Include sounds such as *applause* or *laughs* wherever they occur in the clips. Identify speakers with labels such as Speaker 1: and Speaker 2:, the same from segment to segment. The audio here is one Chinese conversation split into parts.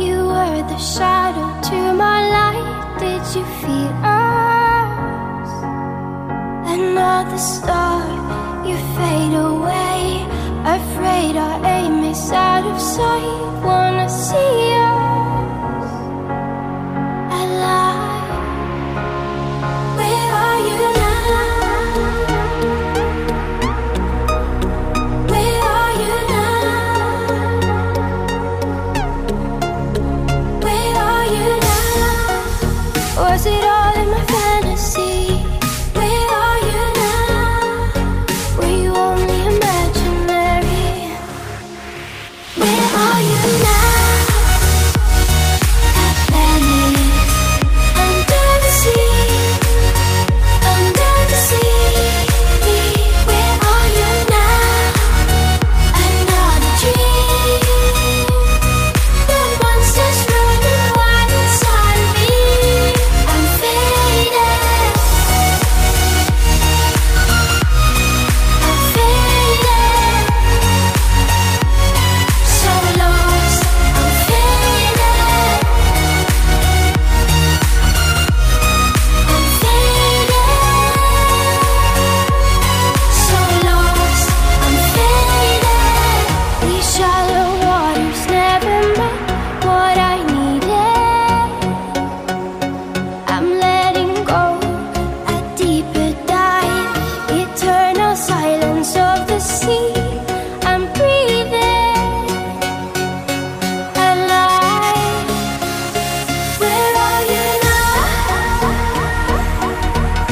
Speaker 1: You were the shadow to my light. Did you feel us? Another star, you fade away. Afraid our aim is out of sight. Wanna see us alive. Where are you now? Where are you now? Where are you now? Was it all in my fantasy? Where are you now? Were you only imaginary? Where are you now? I've vanished under the sea, under the sea. Where are you now? Another dream. The monsters rule the wild inside me. I'm faded. I'm faded. So lost. I'm faded. I'm faded. So lost. I'm faded. These shallow waters never met what I needed. I'm letting go a deeper dive, eternal silence of the sea. I'm breathing alive. Where are you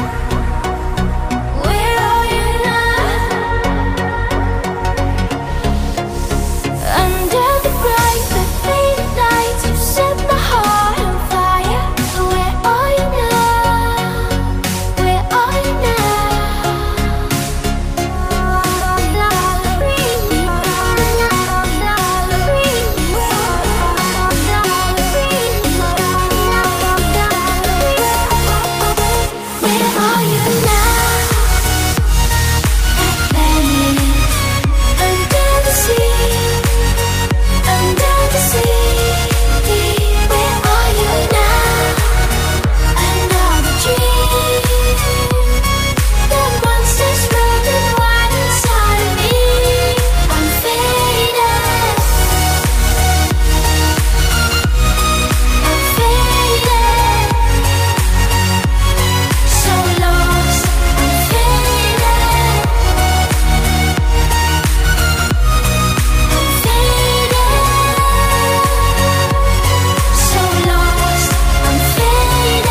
Speaker 1: now? Where are you now? Under the bright, the faded lights, you set my heart on fire. Where are you now? Where are you now? Where are you now? I've under the sea, under the sea, where are you now? Another dream. The monsters broken wide inside of me. I'm faded. I'm faded. So lost. I'm faded. So lost, I'm faded.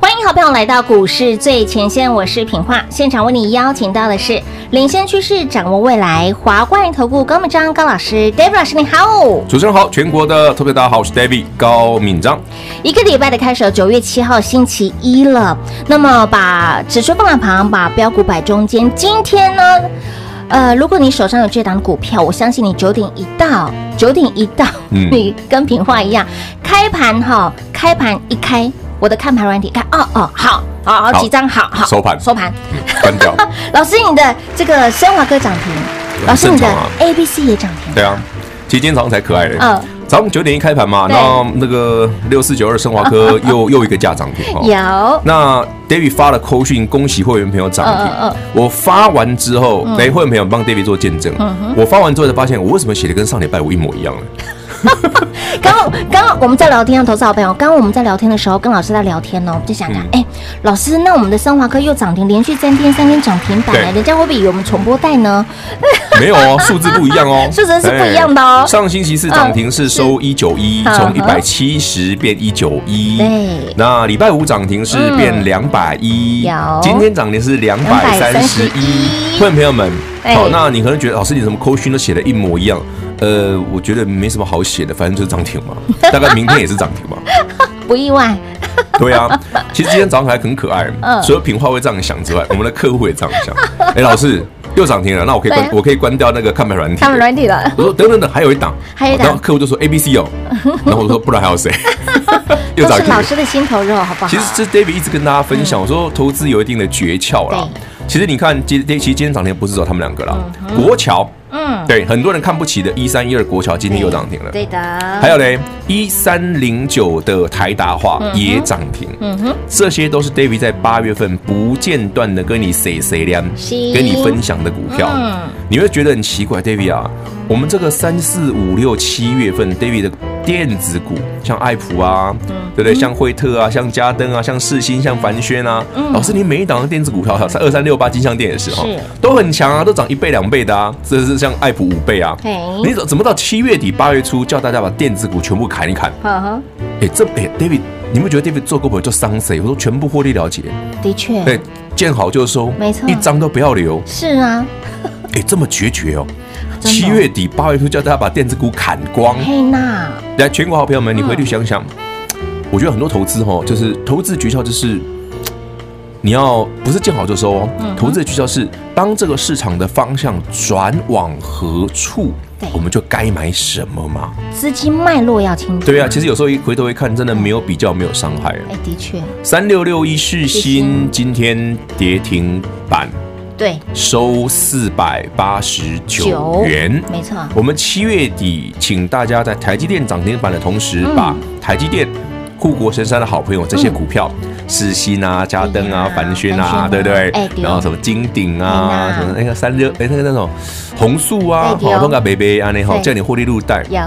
Speaker 2: 欢迎好朋友来到股市最前线，我是品化，现场为你邀请到的是领先趋势、掌握未来华冠投顾高敏章高老师，David 老师你好。
Speaker 3: 主持人好，全国的特别大家好，我是 David 高敏章。
Speaker 2: 一个礼拜的开始，九月七号星期一了。那么把指数放在旁，把标股摆中间。今天呢，呃，如果你手上有这档股票，我相信你九点一到，九点一到，
Speaker 3: 嗯
Speaker 2: 你跟平话一样，开盘哈，开盘一开，我的看盘软体看，哦哦，好，好好
Speaker 3: 好
Speaker 2: 几张，好好
Speaker 3: 收盘
Speaker 2: 收盘。
Speaker 3: 关
Speaker 2: *laughs*
Speaker 3: 掉。
Speaker 2: 老师，你的这个升华科涨停，
Speaker 3: 很
Speaker 2: 老师你的
Speaker 3: 正常啊
Speaker 2: A B C 也涨停，
Speaker 3: 对啊，其实今天早上才可爱嘞。
Speaker 2: 嗯
Speaker 3: 早上九点一开盘嘛，
Speaker 2: 对嗯
Speaker 3: 然后那个六四九二升华科又又一个价涨停哦。
Speaker 2: 有
Speaker 3: 那 David 发了扣讯，恭喜会员朋友涨停。
Speaker 2: 嗯嗯嗯
Speaker 3: 我发完之
Speaker 2: 嗯
Speaker 3: 后，哎、会员朋友帮 David 做见证。我发完之后才发现，我为什么写的跟上礼拜五一模一样呢？
Speaker 2: 刚刚刚刚我们在聊天啊，投资好朋友，刚刚我们在聊天的时候，跟老师在聊天哦，就想
Speaker 3: 嗯
Speaker 2: 讲，哎、老师，那我们的升华科又涨停，连续三天三天涨停板
Speaker 3: 对
Speaker 2: 了，人家会不会以为我们重播带呢？
Speaker 3: 没有哦，数字不一样哦，
Speaker 2: *laughs* 数字是不一样的哦
Speaker 3: 哎上星期四涨停是收一九一，
Speaker 2: 嗯
Speaker 3: 从一百七十变一九一。
Speaker 2: 对
Speaker 3: 那礼拜五涨停是变两百一
Speaker 2: 有，
Speaker 3: 今天涨停是两百三十
Speaker 2: 231
Speaker 3: 一。问朋友们，
Speaker 2: 哎
Speaker 3: 好，那你可能觉得老师你怎么扣讯都写的一模一样？呃，我觉得没什么好写的，反正就是涨停 *laughs* 嘛，大概明天也是涨停嘛。
Speaker 2: 不意外，
Speaker 3: 对啊，其实今天早上还很可爱，
Speaker 2: 嗯
Speaker 3: 除了品话会这样想之外，我们的客户也这样想。哎，老师又涨停了，那我可以
Speaker 2: 对
Speaker 3: 关
Speaker 2: 啊，
Speaker 3: 我可以关掉那个看盘软体
Speaker 2: 他。们软体了，
Speaker 3: 我说等等等，还有一档，
Speaker 2: 还有一档
Speaker 3: 然后客户就说 A
Speaker 2: *laughs*
Speaker 3: B C 哦，然后我说不然还有谁？ *laughs* 又
Speaker 2: 都
Speaker 3: 涨
Speaker 2: 是
Speaker 3: 停
Speaker 2: 老
Speaker 3: 了。
Speaker 2: 师的心头肉，好不好？
Speaker 3: 其实这 David 一直跟大家分享，我说投资有一定的诀窍啦
Speaker 2: 对。
Speaker 3: 其实你看，今其实今天涨停不是只有他们两个啦，国桥，
Speaker 2: 嗯，
Speaker 3: 对，很多人看不起的一三一二国桥今天又涨停了。
Speaker 2: 对的，
Speaker 3: 还有嘞，一三零九的台达化也涨停，
Speaker 2: 嗯哼，
Speaker 3: 这些都是 David 在八月份不间断的跟你谁谁聊
Speaker 2: 是，
Speaker 3: 跟你分享的股票
Speaker 2: 嗯，
Speaker 3: 你会觉得很奇怪，David 啊，我们这个三四五六七月份 David 的电子股，像爱普啊，
Speaker 2: 嗯
Speaker 3: 对不对？像惠特啊，像嘉登啊，像世新，像凡轩啊，老师，你每一档的电子股票， *laughs* 像二三六八金像店也是哦
Speaker 2: 嗯是，
Speaker 3: 都很强啊，都涨一倍两倍的啊，这是像爱普五倍啊
Speaker 2: 嘿，
Speaker 3: 你怎怎么到七月底八月初叫大家把电子股全部砍一砍？
Speaker 2: 呵呵，
Speaker 3: 哎，这哎，David，你们觉得 David 做股票就伤谁？我说全部获利了结，
Speaker 2: 的确，
Speaker 3: 对，见好就收，
Speaker 2: 嗯没错
Speaker 3: 一张都不要留，
Speaker 2: 是啊，
Speaker 3: 哎，这么决绝哦。
Speaker 2: 真的
Speaker 3: 七月底八月初叫大家把电子股砍光，
Speaker 2: 嘿嗯娜，
Speaker 3: 来，全国好朋友们，你回去想想，我觉得很多投资哦，就是投资诀窍就是。你要不是见好就收哦，
Speaker 2: 嗯
Speaker 3: 投资的诀窍是当这个市场的方向转往何处
Speaker 2: 对，
Speaker 3: 我们就该买什么嘛。
Speaker 2: 资金脉络要清楚，
Speaker 3: 对啊，其实有时候一回头一看，真的没有比较，没有伤害。啊
Speaker 2: 哎，的确，
Speaker 3: 三六六一世新今天跌停板
Speaker 2: 对，
Speaker 3: 收四百八十九元。
Speaker 2: 没错，
Speaker 3: 我们七月底请大家在台积电涨停板的同时，
Speaker 2: 嗯
Speaker 3: 把台积电、护国神山的好朋友这些股票，世新啊、嘉登
Speaker 2: 嗯
Speaker 3: 啊、
Speaker 2: 对呀
Speaker 3: 凡
Speaker 2: 凡
Speaker 3: 轩
Speaker 2: 轩啊
Speaker 3: 啊，对不对
Speaker 2: 哎？对
Speaker 3: 然后什么金鼎啊，
Speaker 2: 对呐
Speaker 3: 什么那个三六哎那个那种红素啊，
Speaker 2: 对对哦
Speaker 3: 好通个北北啊那哈，
Speaker 2: 对
Speaker 3: 叫你获利入袋。
Speaker 2: 有。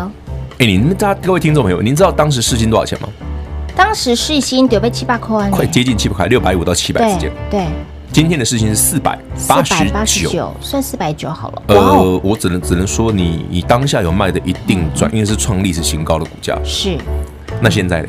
Speaker 3: 哎，你们大家各位听众朋友，您知道当时世新多少钱吗？
Speaker 2: 嗯当时世新得被七八块，
Speaker 3: 快接近七百块，六百五到七百之
Speaker 2: 对
Speaker 3: 间。
Speaker 2: 对，
Speaker 3: 今天的事情是四百八
Speaker 2: 四百八
Speaker 3: 十
Speaker 2: 十
Speaker 3: 九。
Speaker 2: 九，算四百九好了。哇哦，嗯
Speaker 3: 呃，我只能只能说你你当下有卖的一定赚，因为是创历史新高的股价。
Speaker 2: 是
Speaker 3: 那现在呢？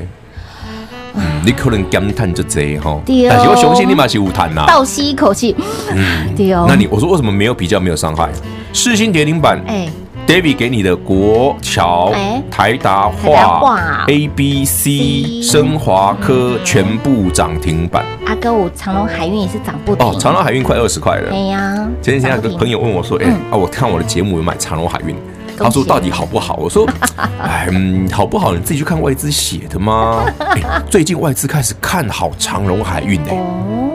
Speaker 3: 嗯，你可能感叹这贼哈，
Speaker 2: 对哦
Speaker 3: 但是我雄心立马是无谈呐。
Speaker 2: 倒吸一口气， *laughs* 对哦。
Speaker 3: 嗯那你我说为什么没有比较没有伤害？世新跌停板
Speaker 2: 哎，
Speaker 3: ，David 给你的国桥
Speaker 2: 哎、
Speaker 3: 台达
Speaker 2: 台达
Speaker 3: 化
Speaker 2: 化、
Speaker 3: A B C、升华科全部涨停板
Speaker 2: 阿哥，我长隆海运也是涨不停。
Speaker 3: 哦，长隆海运快二十块了
Speaker 2: 哎。呀，
Speaker 3: 前几
Speaker 2: 涨
Speaker 3: 天有
Speaker 2: 不
Speaker 3: 个
Speaker 2: 停
Speaker 3: 朋友问我说：“哎、啊，我看我的节目有买长隆海运，
Speaker 2: 嗯喜
Speaker 3: 他说到底好不好？”我说：“
Speaker 2: *laughs*
Speaker 3: 哎，嗯，好不好？你自己去看外资写的
Speaker 2: *laughs*
Speaker 3: 吗？哎最近外资开始看好长隆海运呢、
Speaker 2: 哦，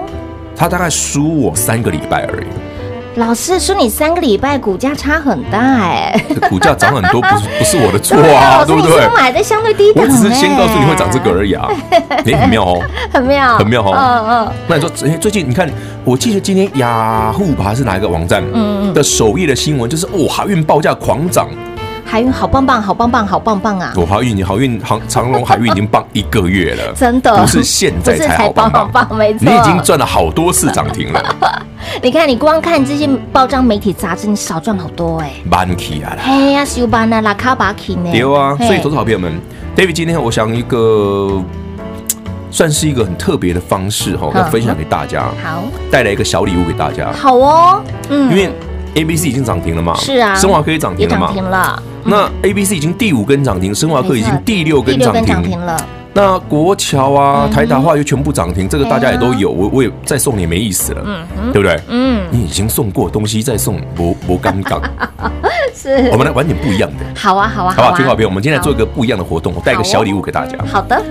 Speaker 3: 他大概输我三个礼拜
Speaker 2: *laughs*
Speaker 3: 而已。
Speaker 2: 老师说你三个礼拜股价差很大哎。
Speaker 3: 这股价涨很多，不是不是我的
Speaker 2: *laughs*
Speaker 3: 错
Speaker 2: 老
Speaker 3: 啊，
Speaker 2: 师
Speaker 3: 对不
Speaker 2: 你
Speaker 3: 对
Speaker 2: 是？买的相对低档
Speaker 3: 我
Speaker 2: 哎，
Speaker 3: 只是先告诉你会涨这个
Speaker 2: *laughs*
Speaker 3: 而已啊，哎，很妙哦。”
Speaker 2: 很妙，
Speaker 3: 很妙哦
Speaker 2: 嗯嗯，
Speaker 3: 那你说，哎，最近你看，我记得今天雅虎吧还是哪一个网站
Speaker 2: 嗯
Speaker 3: 的首页的新闻，就是哦，海运报价狂涨，
Speaker 2: 海运好棒棒，好棒棒，好棒棒啊！
Speaker 3: 我航运，航运航长隆海运已经棒一个月了，
Speaker 2: *laughs* 真的
Speaker 3: 不是现在
Speaker 2: 不是
Speaker 3: 才
Speaker 2: 才
Speaker 3: 好棒
Speaker 2: 棒
Speaker 3: 棒，
Speaker 2: 棒，没错。
Speaker 3: *laughs* 你已经赚了好多次涨停 *laughs* 了，
Speaker 2: 你看你光看这些报章媒体杂志，你少赚好多哎。
Speaker 3: 满起啊啦，
Speaker 2: 嘿呀，修班啊，拉卡巴奇呢？
Speaker 3: 有啊，
Speaker 2: 嘿
Speaker 3: 所以投资好朋友们，David 今天我想一个。算是一个很特别的方式哈，
Speaker 2: 嗯
Speaker 3: 要分享给大家，
Speaker 2: 好，
Speaker 3: 带来一个小礼物给大家。
Speaker 2: 好哦，嗯，
Speaker 3: 因为 A B C 已经涨停了嘛，
Speaker 2: 是啊
Speaker 3: 升华科也涨
Speaker 2: 也
Speaker 3: 停了
Speaker 2: 涨
Speaker 3: 嘛
Speaker 2: 停，了，嗯
Speaker 3: 那 A B C 已经第五根涨停，升华科已经
Speaker 2: 没错
Speaker 3: 第六根
Speaker 2: 第六
Speaker 3: 涨
Speaker 2: 根涨
Speaker 3: 停
Speaker 2: 停，了，
Speaker 3: 那国桥
Speaker 2: 嗯
Speaker 3: 啊、台达化又全部涨停，这个大家也都有，我我也再送你也没意思了，对不对？
Speaker 2: 嗯，
Speaker 3: 你已经送过东西，再送不不
Speaker 2: *laughs*
Speaker 3: 尴尬。
Speaker 2: 是
Speaker 3: 我，们来玩点不一样的，
Speaker 2: 好啊，好啊，
Speaker 3: 好不好？听好
Speaker 2: 啊
Speaker 3: 朋，友，我们今天来做一个不一样的活动，我带一个小礼物给大家。
Speaker 2: 好啊的，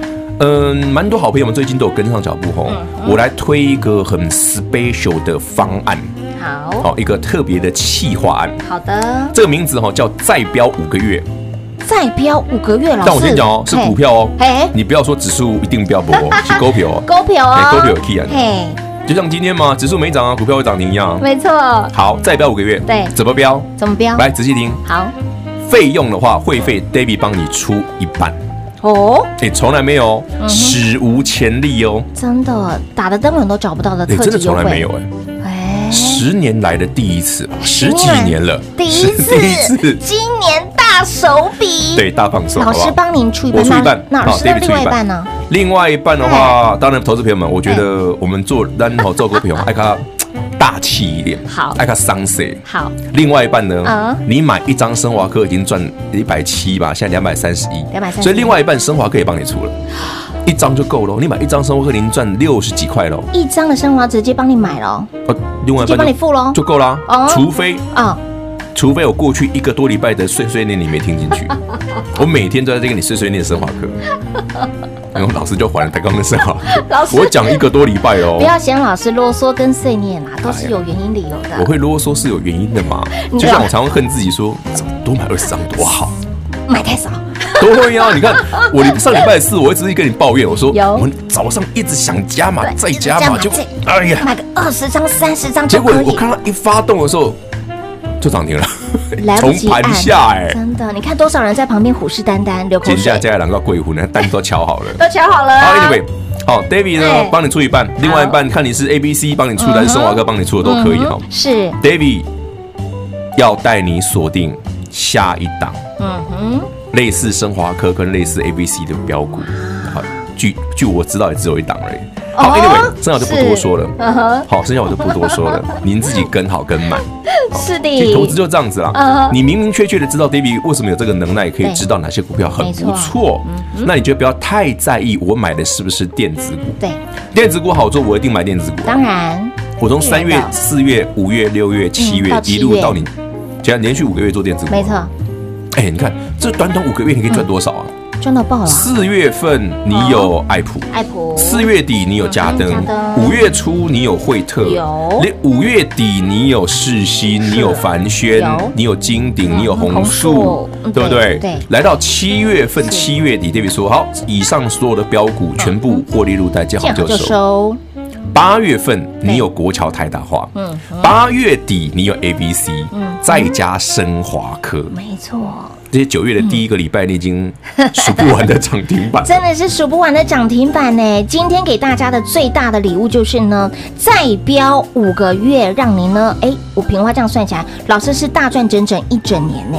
Speaker 3: 嗯，蛮多好朋友们最近都有跟上脚步
Speaker 2: 嗯
Speaker 3: 哦。我来推一个很 special 的方案，哦
Speaker 2: 好，
Speaker 3: 好，一个特别的企划案。
Speaker 2: 好的，
Speaker 3: 这个名字哈叫再标五个月，
Speaker 2: 再标五个月，老师，
Speaker 3: 但我先讲哦，是股票哦
Speaker 2: 嘿，
Speaker 3: 你不要说指数一定标不哦，是股票
Speaker 2: *laughs*
Speaker 3: 哦
Speaker 2: 嘿，。股票哦，
Speaker 3: 嘿股票有 key 啊
Speaker 2: 嘿，
Speaker 3: 就像今天嘛，指数没涨啊，股票会涨停一样啊。
Speaker 2: 没错，
Speaker 3: 好，再标五个月，
Speaker 2: 对
Speaker 3: 怎么标？
Speaker 2: 怎么标？
Speaker 3: 来仔细听，
Speaker 2: 好，
Speaker 3: 费用的话，会费 David 帮你出一半，
Speaker 2: 哦，
Speaker 3: 哎，从来没有
Speaker 2: 嗯
Speaker 3: 哦，史无前例哦，
Speaker 2: 真的打的灯笼都找不到的
Speaker 3: 哎，
Speaker 2: 特
Speaker 3: 真的
Speaker 2: 级优
Speaker 3: 从来没
Speaker 2: 惠
Speaker 3: 有，哎，
Speaker 2: 哎，
Speaker 3: 十年来的第一次吧，十几年了，
Speaker 2: 第一
Speaker 3: 是
Speaker 2: 次，
Speaker 3: 第一
Speaker 2: *laughs*
Speaker 3: 次，
Speaker 2: 今年大手笔，
Speaker 3: 对，，大放松，
Speaker 2: 老
Speaker 3: 好不
Speaker 2: 师
Speaker 3: 好？
Speaker 2: 帮您出一
Speaker 3: 我
Speaker 2: 半，
Speaker 3: 出一半，
Speaker 2: 嗯那那老
Speaker 3: 好
Speaker 2: 师的
Speaker 3: ，David
Speaker 2: 另
Speaker 3: 出
Speaker 2: 外
Speaker 3: 一
Speaker 2: 一半呢？？
Speaker 3: 另外一半的话，当然，投资朋友们，我觉得我们做单头做股
Speaker 2: *laughs*
Speaker 3: 票，爱卡大气一点，
Speaker 2: 好
Speaker 3: 爱卡伤谁？
Speaker 2: 好，
Speaker 3: 另外一半呢
Speaker 2: 啊？
Speaker 3: 你买一张升华课已经赚一百七吧，现在两百三十一，
Speaker 2: 231
Speaker 3: 所以另外一半升华课也帮你出了，
Speaker 2: *laughs*
Speaker 3: 一张就够了。你买一张升华课，已经赚六十几块喽，
Speaker 2: 一张的升华直接帮你买了哦，
Speaker 3: 哦，另外一
Speaker 2: 直接帮
Speaker 3: 半
Speaker 2: 你
Speaker 3: 就
Speaker 2: 付喽
Speaker 3: 就够啦
Speaker 2: 哦。
Speaker 3: 除非
Speaker 2: 啊，
Speaker 3: 除非我过去一个多礼拜的碎碎念你没听进
Speaker 2: *laughs*
Speaker 3: 去，我每天都在这跟你碎碎念生化课，然后老师就还了他刚刚的生化课，
Speaker 2: 老师
Speaker 3: 我讲一个多礼拜哦
Speaker 2: 不。要嫌老师啰嗦跟碎念啦，都是有原因理由
Speaker 3: 哎我
Speaker 2: 的。
Speaker 3: 会啰嗦是有原因的嘛，
Speaker 2: 你知
Speaker 3: 就
Speaker 2: 道
Speaker 3: 像我常常恨自己说，多买二十张
Speaker 2: *laughs*
Speaker 3: 多好，
Speaker 2: 买太少，
Speaker 3: 都会啊。你看
Speaker 2: *laughs*
Speaker 3: 我礼上礼拜四，我一直跟你抱怨，我说
Speaker 2: 有
Speaker 3: 我们早上一直想加码
Speaker 2: 对
Speaker 3: 再加
Speaker 2: 加
Speaker 3: 码，
Speaker 2: 码
Speaker 3: 就
Speaker 2: 再
Speaker 3: 哎呀，
Speaker 2: 买个二十张、三十张
Speaker 3: 结
Speaker 2: 就
Speaker 3: 果
Speaker 2: 可
Speaker 3: 我
Speaker 2: 以，
Speaker 3: 看到一发动的时候就涨停了，
Speaker 2: 来不
Speaker 3: 从
Speaker 2: 及
Speaker 3: 盘
Speaker 2: 按。
Speaker 3: 下哎、
Speaker 2: 真的，你看多少人在旁边虎视眈眈流口
Speaker 3: 减价
Speaker 2: 水，
Speaker 3: 加两个贵妇，那单都瞧好了。
Speaker 2: 都瞧好了
Speaker 3: 好
Speaker 2: 啊。
Speaker 3: ，Anyway，好，David
Speaker 2: 哎
Speaker 3: 呢帮你出一半，另外一半看你是 A B C 帮你出的，还是生华哥帮你出的都可以哈
Speaker 2: 嗯。是，
Speaker 3: David 要带你锁定下一档
Speaker 2: 嗯哼，
Speaker 3: 类似生华科跟类似 A B C 的标股，好，据据我知道也只有一档而已。好
Speaker 2: 哦
Speaker 3: ，Anyway，剩下我就不多
Speaker 2: 是
Speaker 3: 说了。
Speaker 2: 嗯哼，
Speaker 3: 好，剩下我就不多说了，您自己跟好跟满。
Speaker 2: 是
Speaker 3: 其实投资
Speaker 2: 的，
Speaker 3: 就这样子啦
Speaker 2: 嗯，
Speaker 3: 你明明确确的知道 David 为什么有这个能耐，可以知道哪些股票很
Speaker 2: 没
Speaker 3: 不
Speaker 2: 错嗯
Speaker 3: 错，那你就不要太在意我买的是不是电子股。
Speaker 2: 对，
Speaker 3: 电子股好做，我一定买电子股。啊
Speaker 2: 当然
Speaker 3: 我从三月
Speaker 2: 对、的
Speaker 3: 四月、五月、六月、七
Speaker 2: 嗯
Speaker 3: 月
Speaker 2: 到
Speaker 3: 一
Speaker 2: 七
Speaker 3: 路
Speaker 2: 月
Speaker 3: 到你，只要连续五个月做电子股，啊
Speaker 2: 没。错，
Speaker 3: 哎，你看这短短五个月，你可以赚多少啊？
Speaker 2: 赚到爆了啊。
Speaker 3: 四月份你有爱普，
Speaker 2: 爱普
Speaker 3: 四月底你有嘉登
Speaker 2: 嗯嘉，登
Speaker 3: 五月初你有惠特，
Speaker 2: 有
Speaker 3: 连五月底你有世新，你有凡轩
Speaker 2: 有，
Speaker 3: 你有金鼎，你有红
Speaker 2: 红
Speaker 3: 树
Speaker 2: 树，嗯
Speaker 3: 对不
Speaker 2: 对
Speaker 3: 对？
Speaker 2: 对
Speaker 3: 来到七月份，七月底，David 说好，以上所有的标股全部获利入袋，见好
Speaker 2: 见好
Speaker 3: 就
Speaker 2: 就
Speaker 3: 收。
Speaker 2: 收，
Speaker 3: 八月份你有国桥台达化，嗯，八月底你有 A B C，嗯，再加升华科，
Speaker 2: 没错，。
Speaker 3: 这些九月的第一个礼拜，你已经数不完的涨停板
Speaker 2: 真的是数不完的涨停板呢。今天给大家的最大的礼物就是呢，再标五个月，让您呢，哎，我平花这样算起来，老师是大赚整整一整年呢。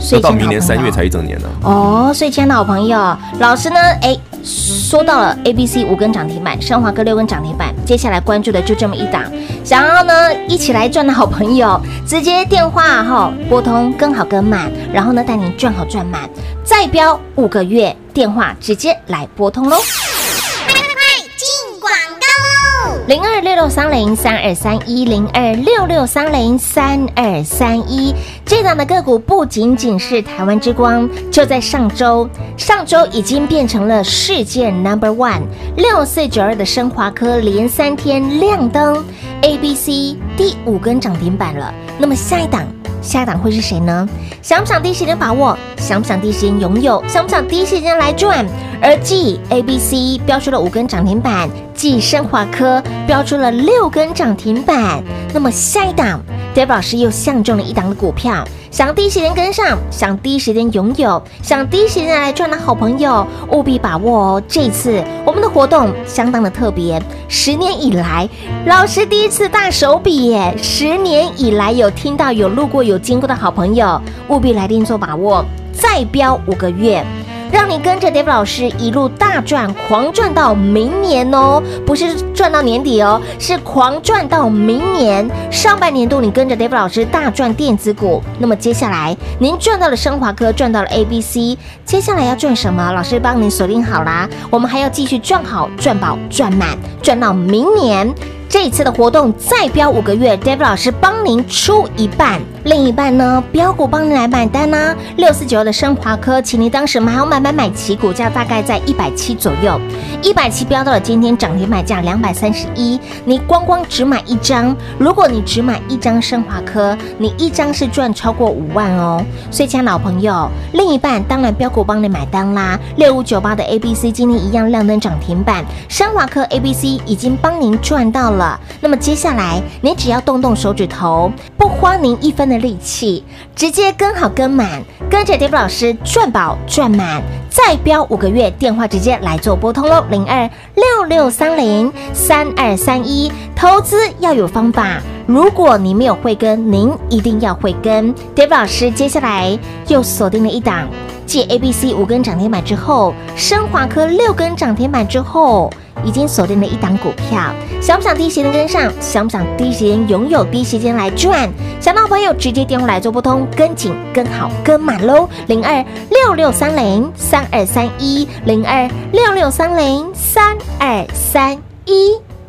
Speaker 2: 所
Speaker 3: 要
Speaker 2: 以
Speaker 3: 到
Speaker 2: 亲爱的
Speaker 3: 明年
Speaker 2: 朋友啊
Speaker 3: 三月才一整年呢、
Speaker 2: 哦，所以亲爱的好朋友，老师呢，哎，说到了 A、B、C 五根涨停板，升华哥六根涨停板，接下来关注的就这么一档，想要呢一起来赚的好朋友，直接电话哈、拨通跟好跟满，然后呢带您赚好赚满，再标五个月，电话直接来拨通喽。零二六六三零三二三一零二六六三零三二三一。这档的个股不仅仅是台湾之光，就在上周，上周已经变成了世界 number one。六四九二的升华科连三天亮灯，A、B、C 第五根涨停板了。那么下一档，下一档会是谁呢？想不想第一时间把握？想不想第一时间拥有？想不想第一时间来赚？而继 A、B、C 标出了五根涨停板，继升华科标出了六根涨停板。那么下一档，Dave 老师又相中了一档的股票，想第一时间跟上，想第一时间拥有，想第一时间来赚的好朋友，务必把握哦！这次我们的活动相当的特别，十年以来，老师第一次大手笔耶！十年以来有听到、有路过、有经过的好朋友，务必来电做把握，再标五个月。让你跟着 Dave 老师一路大赚，狂赚到明年哦，不是赚到年底哦，是狂赚到明年上半年度。你跟着 Dave 老师大赚电子股，那么接下来您赚到了升华科，赚到了 ABC，接下来要赚什么？老师帮您锁定好啦，我们还要继续赚好、赚饱、赚满，赚到明年。这一次的活动再标五个月，Dave 老师帮您出一半，另一半呢，标股帮您来买单啦、六四九的升华科，请您当时买好买买买齐，股价大概在一百七左右，一百七标到了今天涨停买价两百三十一，你光光只买一张，如果你只买一张升华科，你一张是赚超过五万哦。所以，亲爱的老朋友，另一半当然标股帮你买单啦，六五九八的 ABC 今天一样亮灯涨停板，升华科 ABC 已经帮您赚到了。了。那么接下来，你只要动动手指头，不花您一分的力气，直接跟好跟满，跟着 Dave 老师赚饱赚满，再标五个月，电话直接来做拨通喽，零二六六三零三二三一。投资要有方法，如果你没有慧根，您一定要慧根。Dave 老师接下来又锁定了一档。继 A、B、C 五根涨停板之后，升华科六根涨停板之后，已经锁定了一档股票。想不想第一时间跟上？想不想第一时间拥有？第一时间来赚？想到的朋友直接电话来做拨通，跟紧、跟好、跟满喽！零二六六三零三二三一，零二六六三零三二三一。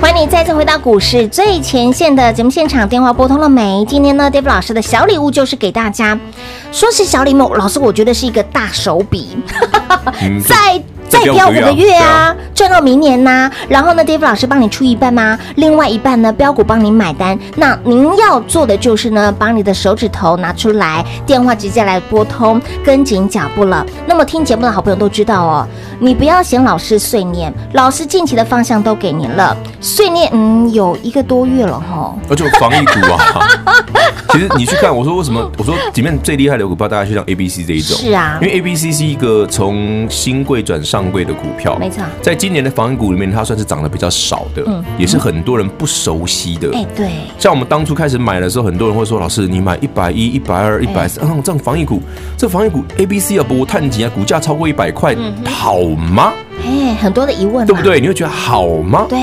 Speaker 2: 欢迎你再次回到股市最前线的节目现场，电话拨通了没？今天呢，Dave 老师的小礼物就是给大家，说是小礼物，老师我觉得是一个大手笔，
Speaker 3: 嗯，这
Speaker 2: 再
Speaker 3: 再
Speaker 2: 再
Speaker 3: 标
Speaker 2: 标
Speaker 3: 五
Speaker 2: 五
Speaker 3: 个月啊
Speaker 2: 个月
Speaker 3: 对
Speaker 2: 啊
Speaker 3: 啊，
Speaker 2: 赚到明年呐、然后呢，Dave 老师帮你出一半吗？另外一半呢，标股帮您买单。那您要做的就是呢，把你的手指头拿出来，电话直接来拨通，跟紧脚步了。那么听节目的好朋友都知道哦，你不要嫌老师碎念，老师近期的方向都给您了。碎念嗯，有一个多月了哈、
Speaker 3: 而且防疫股啊， *laughs* 其实你去看，我说为什么？我说里面最厉害的股票，大家就像 A、B、C 这一种，
Speaker 2: 是啊
Speaker 3: 因为 A、B、C 是一个从新贵转上柜的股票，
Speaker 2: 没错嗯
Speaker 3: 在今年的防疫股里面，它算是涨得比较少的，也是很多人不熟悉的。
Speaker 2: 哎，对，
Speaker 3: 像我们当初开始买的时候，很多人会说：“老师，你买一百一、一百
Speaker 2: 哎
Speaker 3: 二、一百三，嗯这样防疫股，这防疫股 A、B、C 啊，不探底啊，股价超过一百块，
Speaker 2: 嗯
Speaker 3: 好吗？
Speaker 2: 哎，很多的疑问、啊，
Speaker 3: 对不？对？你会觉得好吗？
Speaker 2: 对，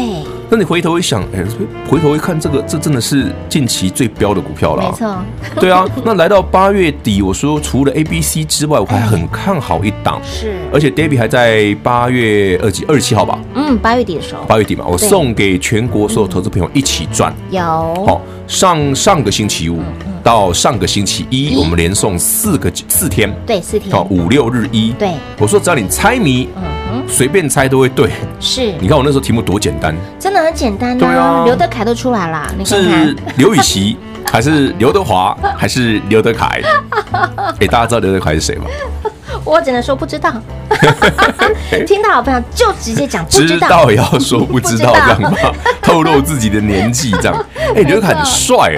Speaker 3: 那你回头一想，哎，回头一看，这个这真的是近期最标的股票了、
Speaker 2: 没错，
Speaker 3: 对啊，那来到八月底，我说除了 A、B、C 之外，我还很看好一档，
Speaker 2: 是，
Speaker 3: 而且 David 还在八月二几二十七号吧，
Speaker 2: 嗯，八月底的时候
Speaker 3: 八月底嘛，我
Speaker 2: 对
Speaker 3: 送给全国所有投资朋友一起赚。
Speaker 2: 有，
Speaker 3: 好，上上个星期五
Speaker 2: 嗯
Speaker 3: 到上个星期一，我们连送四个四天，
Speaker 2: 对，四天，
Speaker 3: 好五六日一。
Speaker 2: 对，
Speaker 3: 我说只要你猜谜，
Speaker 2: 嗯
Speaker 3: 随便猜都会对。
Speaker 2: 哼，是
Speaker 3: 你看我那时候题目多简单，
Speaker 2: 真的很简单呐、
Speaker 3: 对啊
Speaker 2: 刘德凯都出来了，你看
Speaker 3: 是
Speaker 2: 看，
Speaker 3: 刘禹锡还是刘德华还是刘德凯？
Speaker 2: *laughs*
Speaker 3: 哎，大家知道刘德凯是谁吗？
Speaker 2: 我只能说不知
Speaker 3: *laughs*
Speaker 2: 道。 *laughs* 听到好朋友就直接讲不
Speaker 3: 知
Speaker 2: 知道
Speaker 3: 道，也要说不
Speaker 2: 不知
Speaker 3: 知道，这
Speaker 2: 道
Speaker 3: 样吧，透露自己的年纪
Speaker 2: *laughs*
Speaker 3: 这样。哎，刘德凯很帅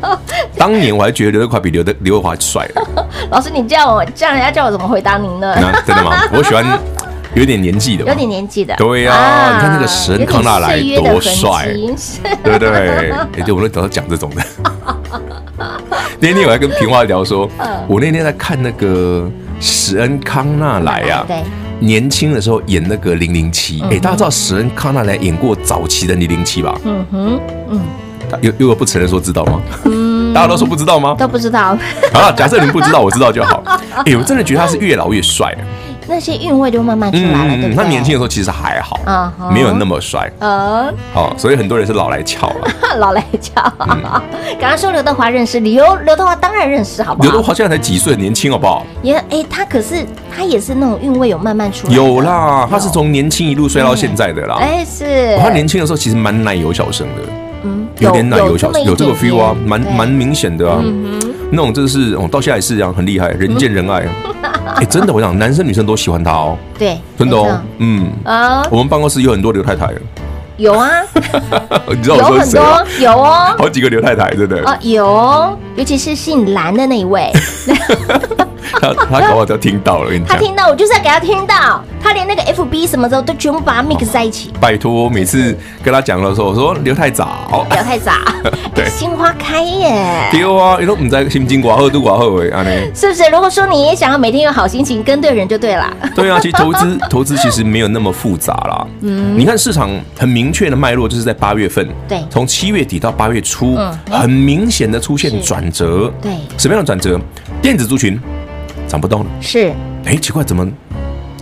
Speaker 3: 哎，当年我还觉得刘德凯比刘德刘德华帅呢。
Speaker 2: 老师你这样我这样人家叫我怎么回答您呢？
Speaker 3: 那真的吗？我喜欢有点年纪的嘛，
Speaker 2: 有点年纪的，啊
Speaker 3: 对呀你看那个神康纳莱
Speaker 2: 有点岁月的
Speaker 3: 多帅
Speaker 2: 痕迹是
Speaker 3: 对不对？哎、对，我们都讲这
Speaker 2: *laughs*
Speaker 3: 种的。那天我还跟平花聊说，
Speaker 2: 嗯
Speaker 3: 我那天在看那个史恩康纳莱啊，
Speaker 2: *laughs* 对，
Speaker 3: 年轻的时候演那个零零七，
Speaker 2: 嗯
Speaker 3: 哎，大家知道史恩康纳莱演过早期的零零七吧？
Speaker 2: 嗯哼，嗯
Speaker 3: 有有个不承认说知道吗？大家都说不知
Speaker 2: *laughs*
Speaker 3: 道吗？
Speaker 2: 都不知道
Speaker 3: 好了，假设你不知道，我知道
Speaker 2: *laughs*
Speaker 3: 就好。哎，我真的觉得他是越老越帅，
Speaker 2: 那些韵味就慢慢出来了，对不对？
Speaker 3: 他嗯年轻的时候其实还好
Speaker 2: 嗯哼，
Speaker 3: 没有那么帅，
Speaker 2: 呃， *laughs*
Speaker 3: 哦，所以很多人是老来啊俏了。
Speaker 2: 老来俏，*laughs*
Speaker 3: 嗯
Speaker 2: 刚刚说刘德华认识，刘刘德华当然认识，好不好？
Speaker 3: 刘德华现在才几岁，很年轻好不好？
Speaker 2: 也哎，他可是他也是那种韵味有慢慢出来，
Speaker 3: 有，啦，他是从年轻一路摔到现在的啦。
Speaker 2: 哎是，
Speaker 3: 他年轻的时候其实蛮奶油小生的，
Speaker 2: 嗯
Speaker 3: 有点奶油小
Speaker 2: 么
Speaker 3: 生，
Speaker 2: 一
Speaker 3: 有这个
Speaker 2: 点
Speaker 3: feel 啊，
Speaker 2: 点
Speaker 3: 蛮
Speaker 2: 对嗯
Speaker 3: 蛮明显的啊。那种真的是，哦，到现在也是一样，很厉害，人见人爱。
Speaker 2: *laughs*
Speaker 3: 哎，真的，我想男生女生都喜欢他哦，
Speaker 2: 对，
Speaker 3: 真的
Speaker 2: 没
Speaker 3: 哦
Speaker 2: 错。
Speaker 3: 嗯，
Speaker 2: 啊，
Speaker 3: 我们办公室有很多刘太太，
Speaker 2: 有啊，
Speaker 3: *laughs* 你 *laughs* 知道
Speaker 2: 有
Speaker 3: 我说
Speaker 2: 很
Speaker 3: 谁啊吗？
Speaker 2: 多，有哦，
Speaker 3: 好几个刘太太，对不对？
Speaker 2: 哦有哦，尤其是姓蓝的
Speaker 3: *laughs*
Speaker 2: 那一位，
Speaker 3: 他他搞不好都听到了，我跟你
Speaker 2: 他
Speaker 3: 讲。
Speaker 2: 听到我就是要给他听到，他连那个 FB 什么的都全部把它 mix 在一起，
Speaker 3: 拜托，每次跟他讲的时候，我说留太早 *laughs*
Speaker 2: 不，要太杂。
Speaker 3: 对
Speaker 2: 心花开耶！
Speaker 3: 对啊，你都唔知心情寡好都寡好诶，安尼。
Speaker 2: 是不是？如果说你也想要每天有好心情，跟对人就对
Speaker 3: *laughs*
Speaker 2: 啦。
Speaker 3: 对啊，其实投资 *laughs* 投资其实没有那么复杂啦。嗯，你看市场很明确的脉络，就是在八月份，
Speaker 2: 对
Speaker 3: 从七月底到八月初，
Speaker 2: 嗯
Speaker 3: 很明显的出现转折。
Speaker 2: 对
Speaker 3: 什么样的转折？电子族群涨不动了，
Speaker 2: 是，
Speaker 3: 哎，奇怪，怎么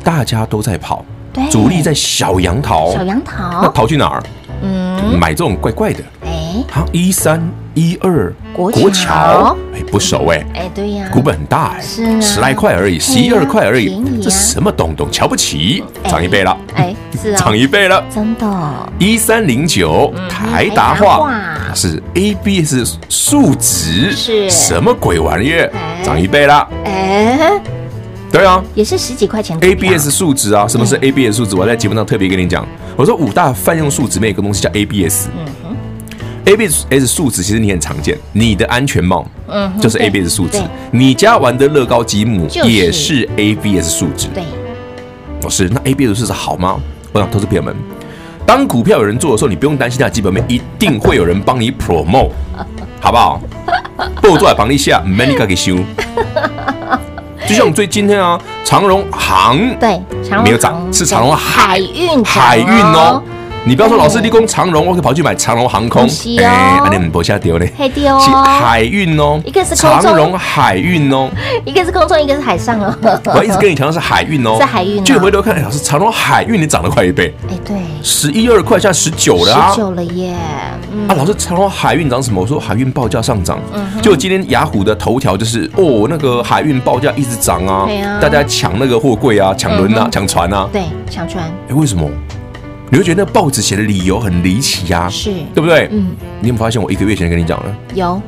Speaker 3: 大家都在跑
Speaker 2: 对？
Speaker 3: 主力在小羊逃，
Speaker 2: 小杨
Speaker 3: 那
Speaker 2: 桃，
Speaker 3: 逃去哪儿？
Speaker 2: 嗯，
Speaker 3: 买这种怪怪的，
Speaker 2: 哎
Speaker 3: 啊，一三一二
Speaker 2: 国桥
Speaker 3: 桥，哎，不熟哎。
Speaker 2: 哎，对呀，
Speaker 3: 股本很大哎、
Speaker 2: 是啊
Speaker 3: 十来块而已，十
Speaker 2: 对啊
Speaker 3: 一二块而已，
Speaker 2: 便宜啊
Speaker 3: 这什么东东？瞧不起，涨一倍了，
Speaker 2: 哎，
Speaker 3: *laughs*
Speaker 2: 是啊
Speaker 3: 涨，一倍了。
Speaker 2: 真的哦，
Speaker 3: 一三零九台达
Speaker 2: 哎台达
Speaker 3: 化
Speaker 2: 化
Speaker 3: 它是 ABS 数值，
Speaker 2: 是
Speaker 3: 什么鬼玩意儿
Speaker 2: 哎？
Speaker 3: 涨一倍啦！
Speaker 2: 哎，
Speaker 3: 对啊
Speaker 2: 也是十几块钱的股票
Speaker 3: ，ABS 数值啊，什么是
Speaker 2: 嗯
Speaker 3: ABS 数值？我在节目上特别跟你讲，我说五大泛用数值里面有个东西叫 ABS。ABS 数值其实你很常见，你的安全帽，
Speaker 2: 嗯哼
Speaker 3: 就是
Speaker 2: 对
Speaker 3: ABS 数值
Speaker 2: 对，
Speaker 3: 你家玩的乐高积木
Speaker 2: 就是
Speaker 3: 也是 ABS 数值，
Speaker 2: 对，
Speaker 3: 老师，那 A B 的数值好吗？我想投资朋友们，当股票有人做的时候，你不用担心它的基本面，一定会有人帮
Speaker 2: *laughs*
Speaker 3: 你 promote，好不好？爆出来旁一下，没你
Speaker 2: *laughs*
Speaker 3: 给修。就像我们最今天啊，长荣航
Speaker 2: 对，长荣
Speaker 3: 没有
Speaker 2: 航
Speaker 3: 涨，
Speaker 2: 空
Speaker 3: 是长荣海
Speaker 2: 海运
Speaker 3: 海运哦。。你不要说
Speaker 2: 对
Speaker 3: 老师立功长荣，我可以跑去买长荣航空
Speaker 2: 不是，哦
Speaker 3: 那你们不下啊丢嘞。
Speaker 2: 黑丢
Speaker 3: 是
Speaker 2: 哦，
Speaker 3: 海运哦，
Speaker 2: 一个是空中
Speaker 3: 长荣海运
Speaker 2: *laughs*
Speaker 3: 哦，
Speaker 2: 一个是空中，一个是海上哦。
Speaker 3: *laughs* 我要一直跟你强调是海运哦，
Speaker 2: 是海运哦
Speaker 3: 就回头看，哎老师长荣海运你涨了快一倍，
Speaker 2: 哎，对，
Speaker 3: 十一二块，现在十九了啊
Speaker 2: 十！九了耶，嗯，
Speaker 3: 啊，老师，长隆海运涨什么？我说海运报价上涨，就今天雅虎的头条就是哦，那个海运报价一直涨啊
Speaker 2: 对啊，
Speaker 3: 大家抢那个货柜啊，抢轮
Speaker 2: 嗯
Speaker 3: 啊
Speaker 2: 哼，
Speaker 3: 抢船啊，
Speaker 2: 对，抢船
Speaker 3: 哎，为什么？你会觉得那报纸写的理由很离奇啊呀，
Speaker 2: 是
Speaker 3: 对不对？
Speaker 2: 嗯
Speaker 3: 你有没有发现我一个月前跟你讲了？
Speaker 2: 有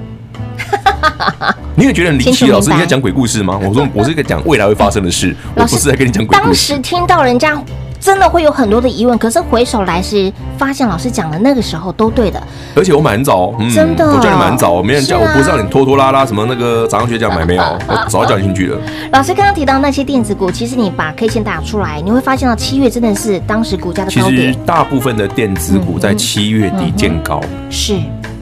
Speaker 3: 你也觉得很离
Speaker 2: 清楚
Speaker 3: 奇，老师
Speaker 2: 明
Speaker 3: 你
Speaker 2: 白
Speaker 3: 在讲鬼故事吗？我说我是在讲未来会发生的事，我
Speaker 2: 老师
Speaker 3: 不是在跟你讲鬼故
Speaker 2: 当
Speaker 3: 事
Speaker 2: 时。听到人家真的会有很多的疑问，可是回首来时，发现老师讲的那个时候都对的，
Speaker 3: 而且我买很早哦，嗯
Speaker 2: 真的
Speaker 3: 我叫你买很早哦，没人叫，
Speaker 2: 是
Speaker 3: 我
Speaker 2: 啊
Speaker 3: 不是让你拖拖拉拉什么那个早上学讲买没有，我早叫你进去了。
Speaker 2: 老师刚刚提到那些电子股，其实你把 K 线打出来，你会发现到七月真的是当时股价的
Speaker 3: 其
Speaker 2: 高
Speaker 3: 实
Speaker 2: 点，
Speaker 3: 大部分的电子
Speaker 2: 嗯
Speaker 3: 股在七月底见高，
Speaker 2: 是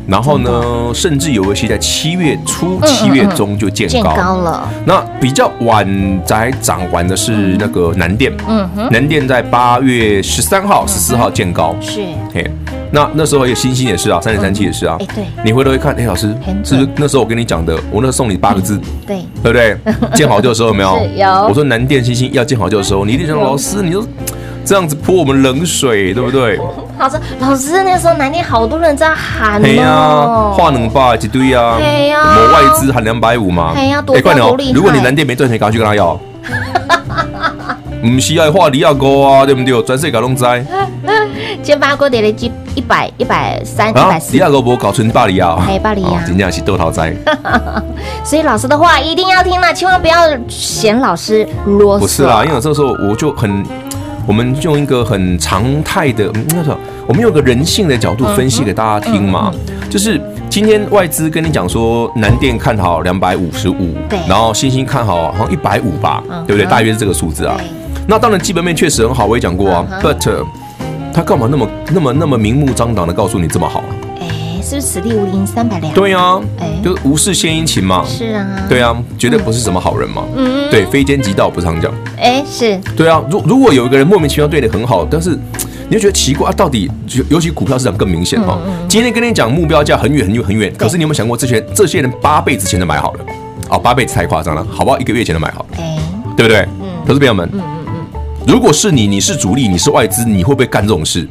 Speaker 3: 然后呢，甚至有一些在七月初、
Speaker 2: 嗯
Speaker 3: 七月中就见
Speaker 2: 见
Speaker 3: 高。
Speaker 2: 高了，
Speaker 3: 那比较晚才涨完的是那个南电，
Speaker 2: 嗯哼，
Speaker 3: 南电在八月十三号、十四号见高。
Speaker 2: 是
Speaker 3: 嘿，那那时候也星星也是啊，三零三七也是啊。
Speaker 2: 哎对
Speaker 3: 你回头一看，哎，老师
Speaker 2: 很准
Speaker 3: 是不是那时候我跟你讲的，我那时候送你八个字，
Speaker 2: 对，
Speaker 3: 对不
Speaker 2: *laughs*
Speaker 3: 对？见好就收有没有？
Speaker 2: 是有
Speaker 3: 我说南电星星要见好就收，你一定想老师，你就这样子泼我们冷水，对不对？
Speaker 2: 老师老师那时候南电好多人在喊
Speaker 3: 嘿呀，
Speaker 2: 哦，
Speaker 3: 画能吧一堆呀，
Speaker 2: 嘿呀
Speaker 3: 某外资喊两百五嘛，
Speaker 2: 嘿呀多
Speaker 3: 哎快点
Speaker 2: 高多
Speaker 3: 哦
Speaker 2: 厉害！
Speaker 3: 如果你南电没赚钱，赶快去跟
Speaker 2: *laughs*
Speaker 3: 他要。唔是要画里奥高啊，对不对？全世界
Speaker 2: *laughs*
Speaker 3: 拢知啊，
Speaker 2: 今八哥跌了一一百一百三一百四
Speaker 3: 里，奥高无搞成巴黎啊，
Speaker 2: 嘿巴黎啊
Speaker 3: 哦真正是多头灾，
Speaker 2: 所以老师的话一定要听啦，千万不要嫌老师啰嗦。
Speaker 3: 不是啦，因为这时候我就很，我们用一个很常态的，嗯那种我们用个人性的角度分析给大家听
Speaker 2: 嗯
Speaker 3: 嘛，就是今天外资跟你讲说南电看好两百五十五
Speaker 2: 对，
Speaker 3: 然后星星看好好像一百五吧
Speaker 2: 嗯哼，
Speaker 3: 对不对？大约是这个数字啊。那当然基本面确实很好，我也讲过啊
Speaker 2: 嗯哼
Speaker 3: ，but 呃他干嘛那么那么那么明目张胆的告诉你这么好啊？
Speaker 2: 对，哎，是不是此地无银三百两？
Speaker 3: 对啊
Speaker 2: 哎，
Speaker 3: 就是无事献殷勤嘛，
Speaker 2: 是啊，
Speaker 3: 对啊，绝对不是什么好人嘛，
Speaker 2: 嗯，
Speaker 3: 对，非奸即盗不常讲。
Speaker 2: 哎，是
Speaker 3: 对啊，如如果有一个人莫名其妙对你很好，但是嘖你就觉得奇怪啊，到底尤尤其股票市场更明显
Speaker 2: 嗯
Speaker 3: 哈、今天跟你讲目标价很远很远很远，可是你有没有想过，这些这些人八辈子前都买好了？哦，八辈子太夸张了，好不好？一个月前都买好了，
Speaker 2: 哎，
Speaker 3: 对不对？
Speaker 2: 嗯
Speaker 3: 投资朋友们，如果是你，你是主力，你是外资，你会不会干这种事？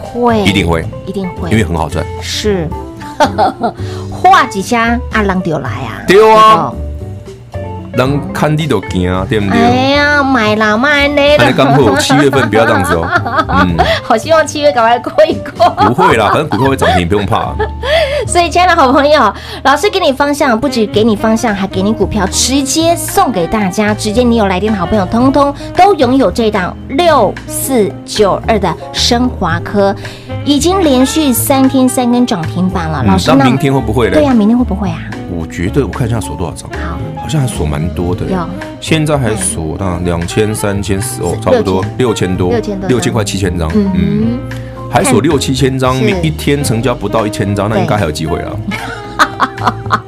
Speaker 2: 会
Speaker 3: 一定会，
Speaker 2: 一定会，
Speaker 3: 因为很好赚。
Speaker 2: 是， *laughs* 画几下阿郎就来啊，
Speaker 3: 对啊
Speaker 2: 哦，
Speaker 3: 人看你都惊啊，对不对？
Speaker 2: 哎呀，买啦买那
Speaker 3: 那
Speaker 2: 啦
Speaker 3: 你，刚过七月份不要这样子哦，嗯，
Speaker 2: 好希望七月赶快过一过。
Speaker 3: 不会啦，反正股票会涨停，不用怕。啊
Speaker 2: 所以，亲爱的好朋友，老师给你方向，不止给你方向，还给你股票，直接送给大家。直接你有来电的好朋友，通通都拥有这档六四九二的升华科，已经连续三天三根涨停板了。老
Speaker 3: 嗯，
Speaker 2: 师，
Speaker 3: 那明天会不会嘞？
Speaker 2: 对呀、明天会不会啊？
Speaker 3: 我觉得我看一下手多少张，
Speaker 2: 好，
Speaker 3: 好好像还锁蛮多的，
Speaker 2: 有
Speaker 3: 现在还锁那两千、三千、四哦，
Speaker 2: 是
Speaker 3: 差不多六千多，
Speaker 2: 6000多
Speaker 3: 六千块七千张，嗯，还锁六七千张，
Speaker 2: 是
Speaker 3: 你一天成交不到一千张，那
Speaker 2: 对
Speaker 3: 应该还有机会啊了。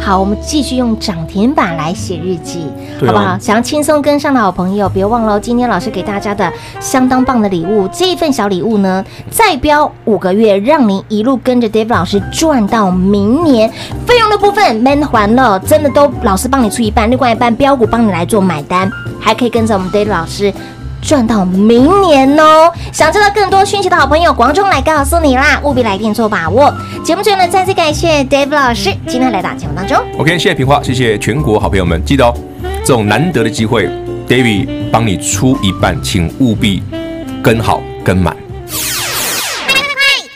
Speaker 2: 好，我们继续用涨停板来写日记，
Speaker 3: 对
Speaker 2: 好
Speaker 3: 啊
Speaker 2: 不好？想要轻松跟上的好朋友，别忘了哦今天老师给大家的相当棒的礼物，这一份小礼物呢，再标五个月，让您一路跟着 Dave 老师赚到明年。费用的部分 man 还了，真的都老师帮你出一半，另外一半标股帮你来做买单，还可以跟着我们 Dave 老师。赚到明年哦！想知道更多讯息的好朋友，广中来告诉你啦，务必来电做把握。节目最后呢，再次感谢 Dave 老师今天来到节目当中。
Speaker 3: OK，谢谢平花，谢谢全国好朋友们，记得哦，这种难得的机会，David 帮你出一半，请务必跟好跟满。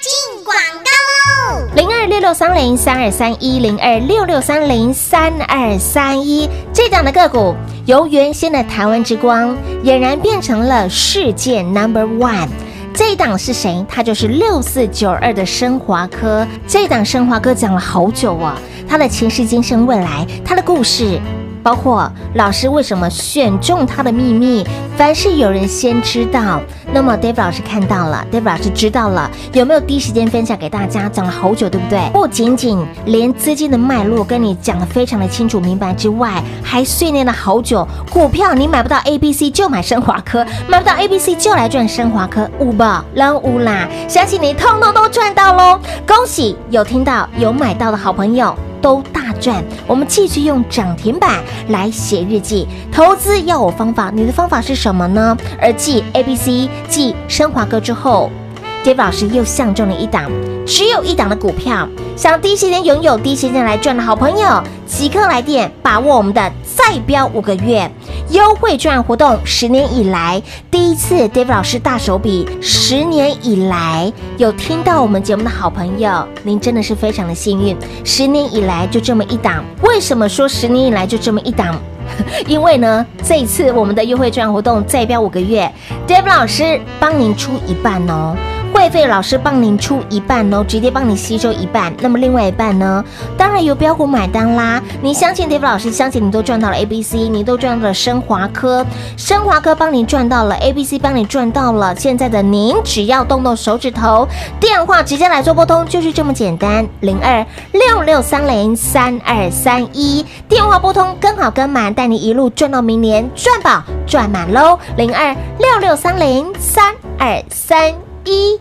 Speaker 4: 进广告喽！
Speaker 2: 零二六六三零三二三一零二六六三零三二三一这档的个股，由原先的台湾之光，俨然变成了世界 number one。这一档是谁？它就是六四九二的升华科。这一档升华科讲了好久啊，它的前世今生未来，它的故事。包括老师为什么选中他的秘密，凡是有人先知道，那么 Dave 老师看到了，Dave 老师知道了，有没有第一时间分享给大家？讲了好久，对不对？不仅仅连资金的脉络跟你讲的非常的清楚明白之外，还训练了好久。股票你买不到 A、B、C 就买升华科，买不到 A、B、C 就来赚升华科，五吧，扔五啦，相信你通通都赚到喽！恭喜有听到有买到的好朋友。都大赚。我们继续用涨停板来写日记。投资要有方法，你的方法是什么呢？而继 A、B、C 继升华哥之后。Dave 老师又相中了一档，只有一档的股票，想第一时间拥有、第一时间来赚的好朋友，即刻来电，把握我们的再标五个月优惠券活动，十年以来第一次 Dave 老师大手笔，十年以来有听到我们节目的好朋友，您真的是非常的幸运，十年以来就这么一档。为什么说十年以来就这么一档？ *laughs* 因为呢，这一次我们的优惠券活动再标五个月，Dave 老师帮您出一半哦。会费老师帮您出一半哦，直接帮你吸收一半。那么另外一半呢？当然由标股买单啦。你相信 Dave 老师，相信你都赚到了 A、B、C，你都赚到了升华科，升华科帮你赚到了，A、B、C 帮你赚到了。现在的您只要动动手指头，电话直接来做拨通，就是这么简单。零二六六三零三二三一，电话拨通，跟好跟满，带你一路赚到明年，赚饱赚满喽。零二六六三零三二三一。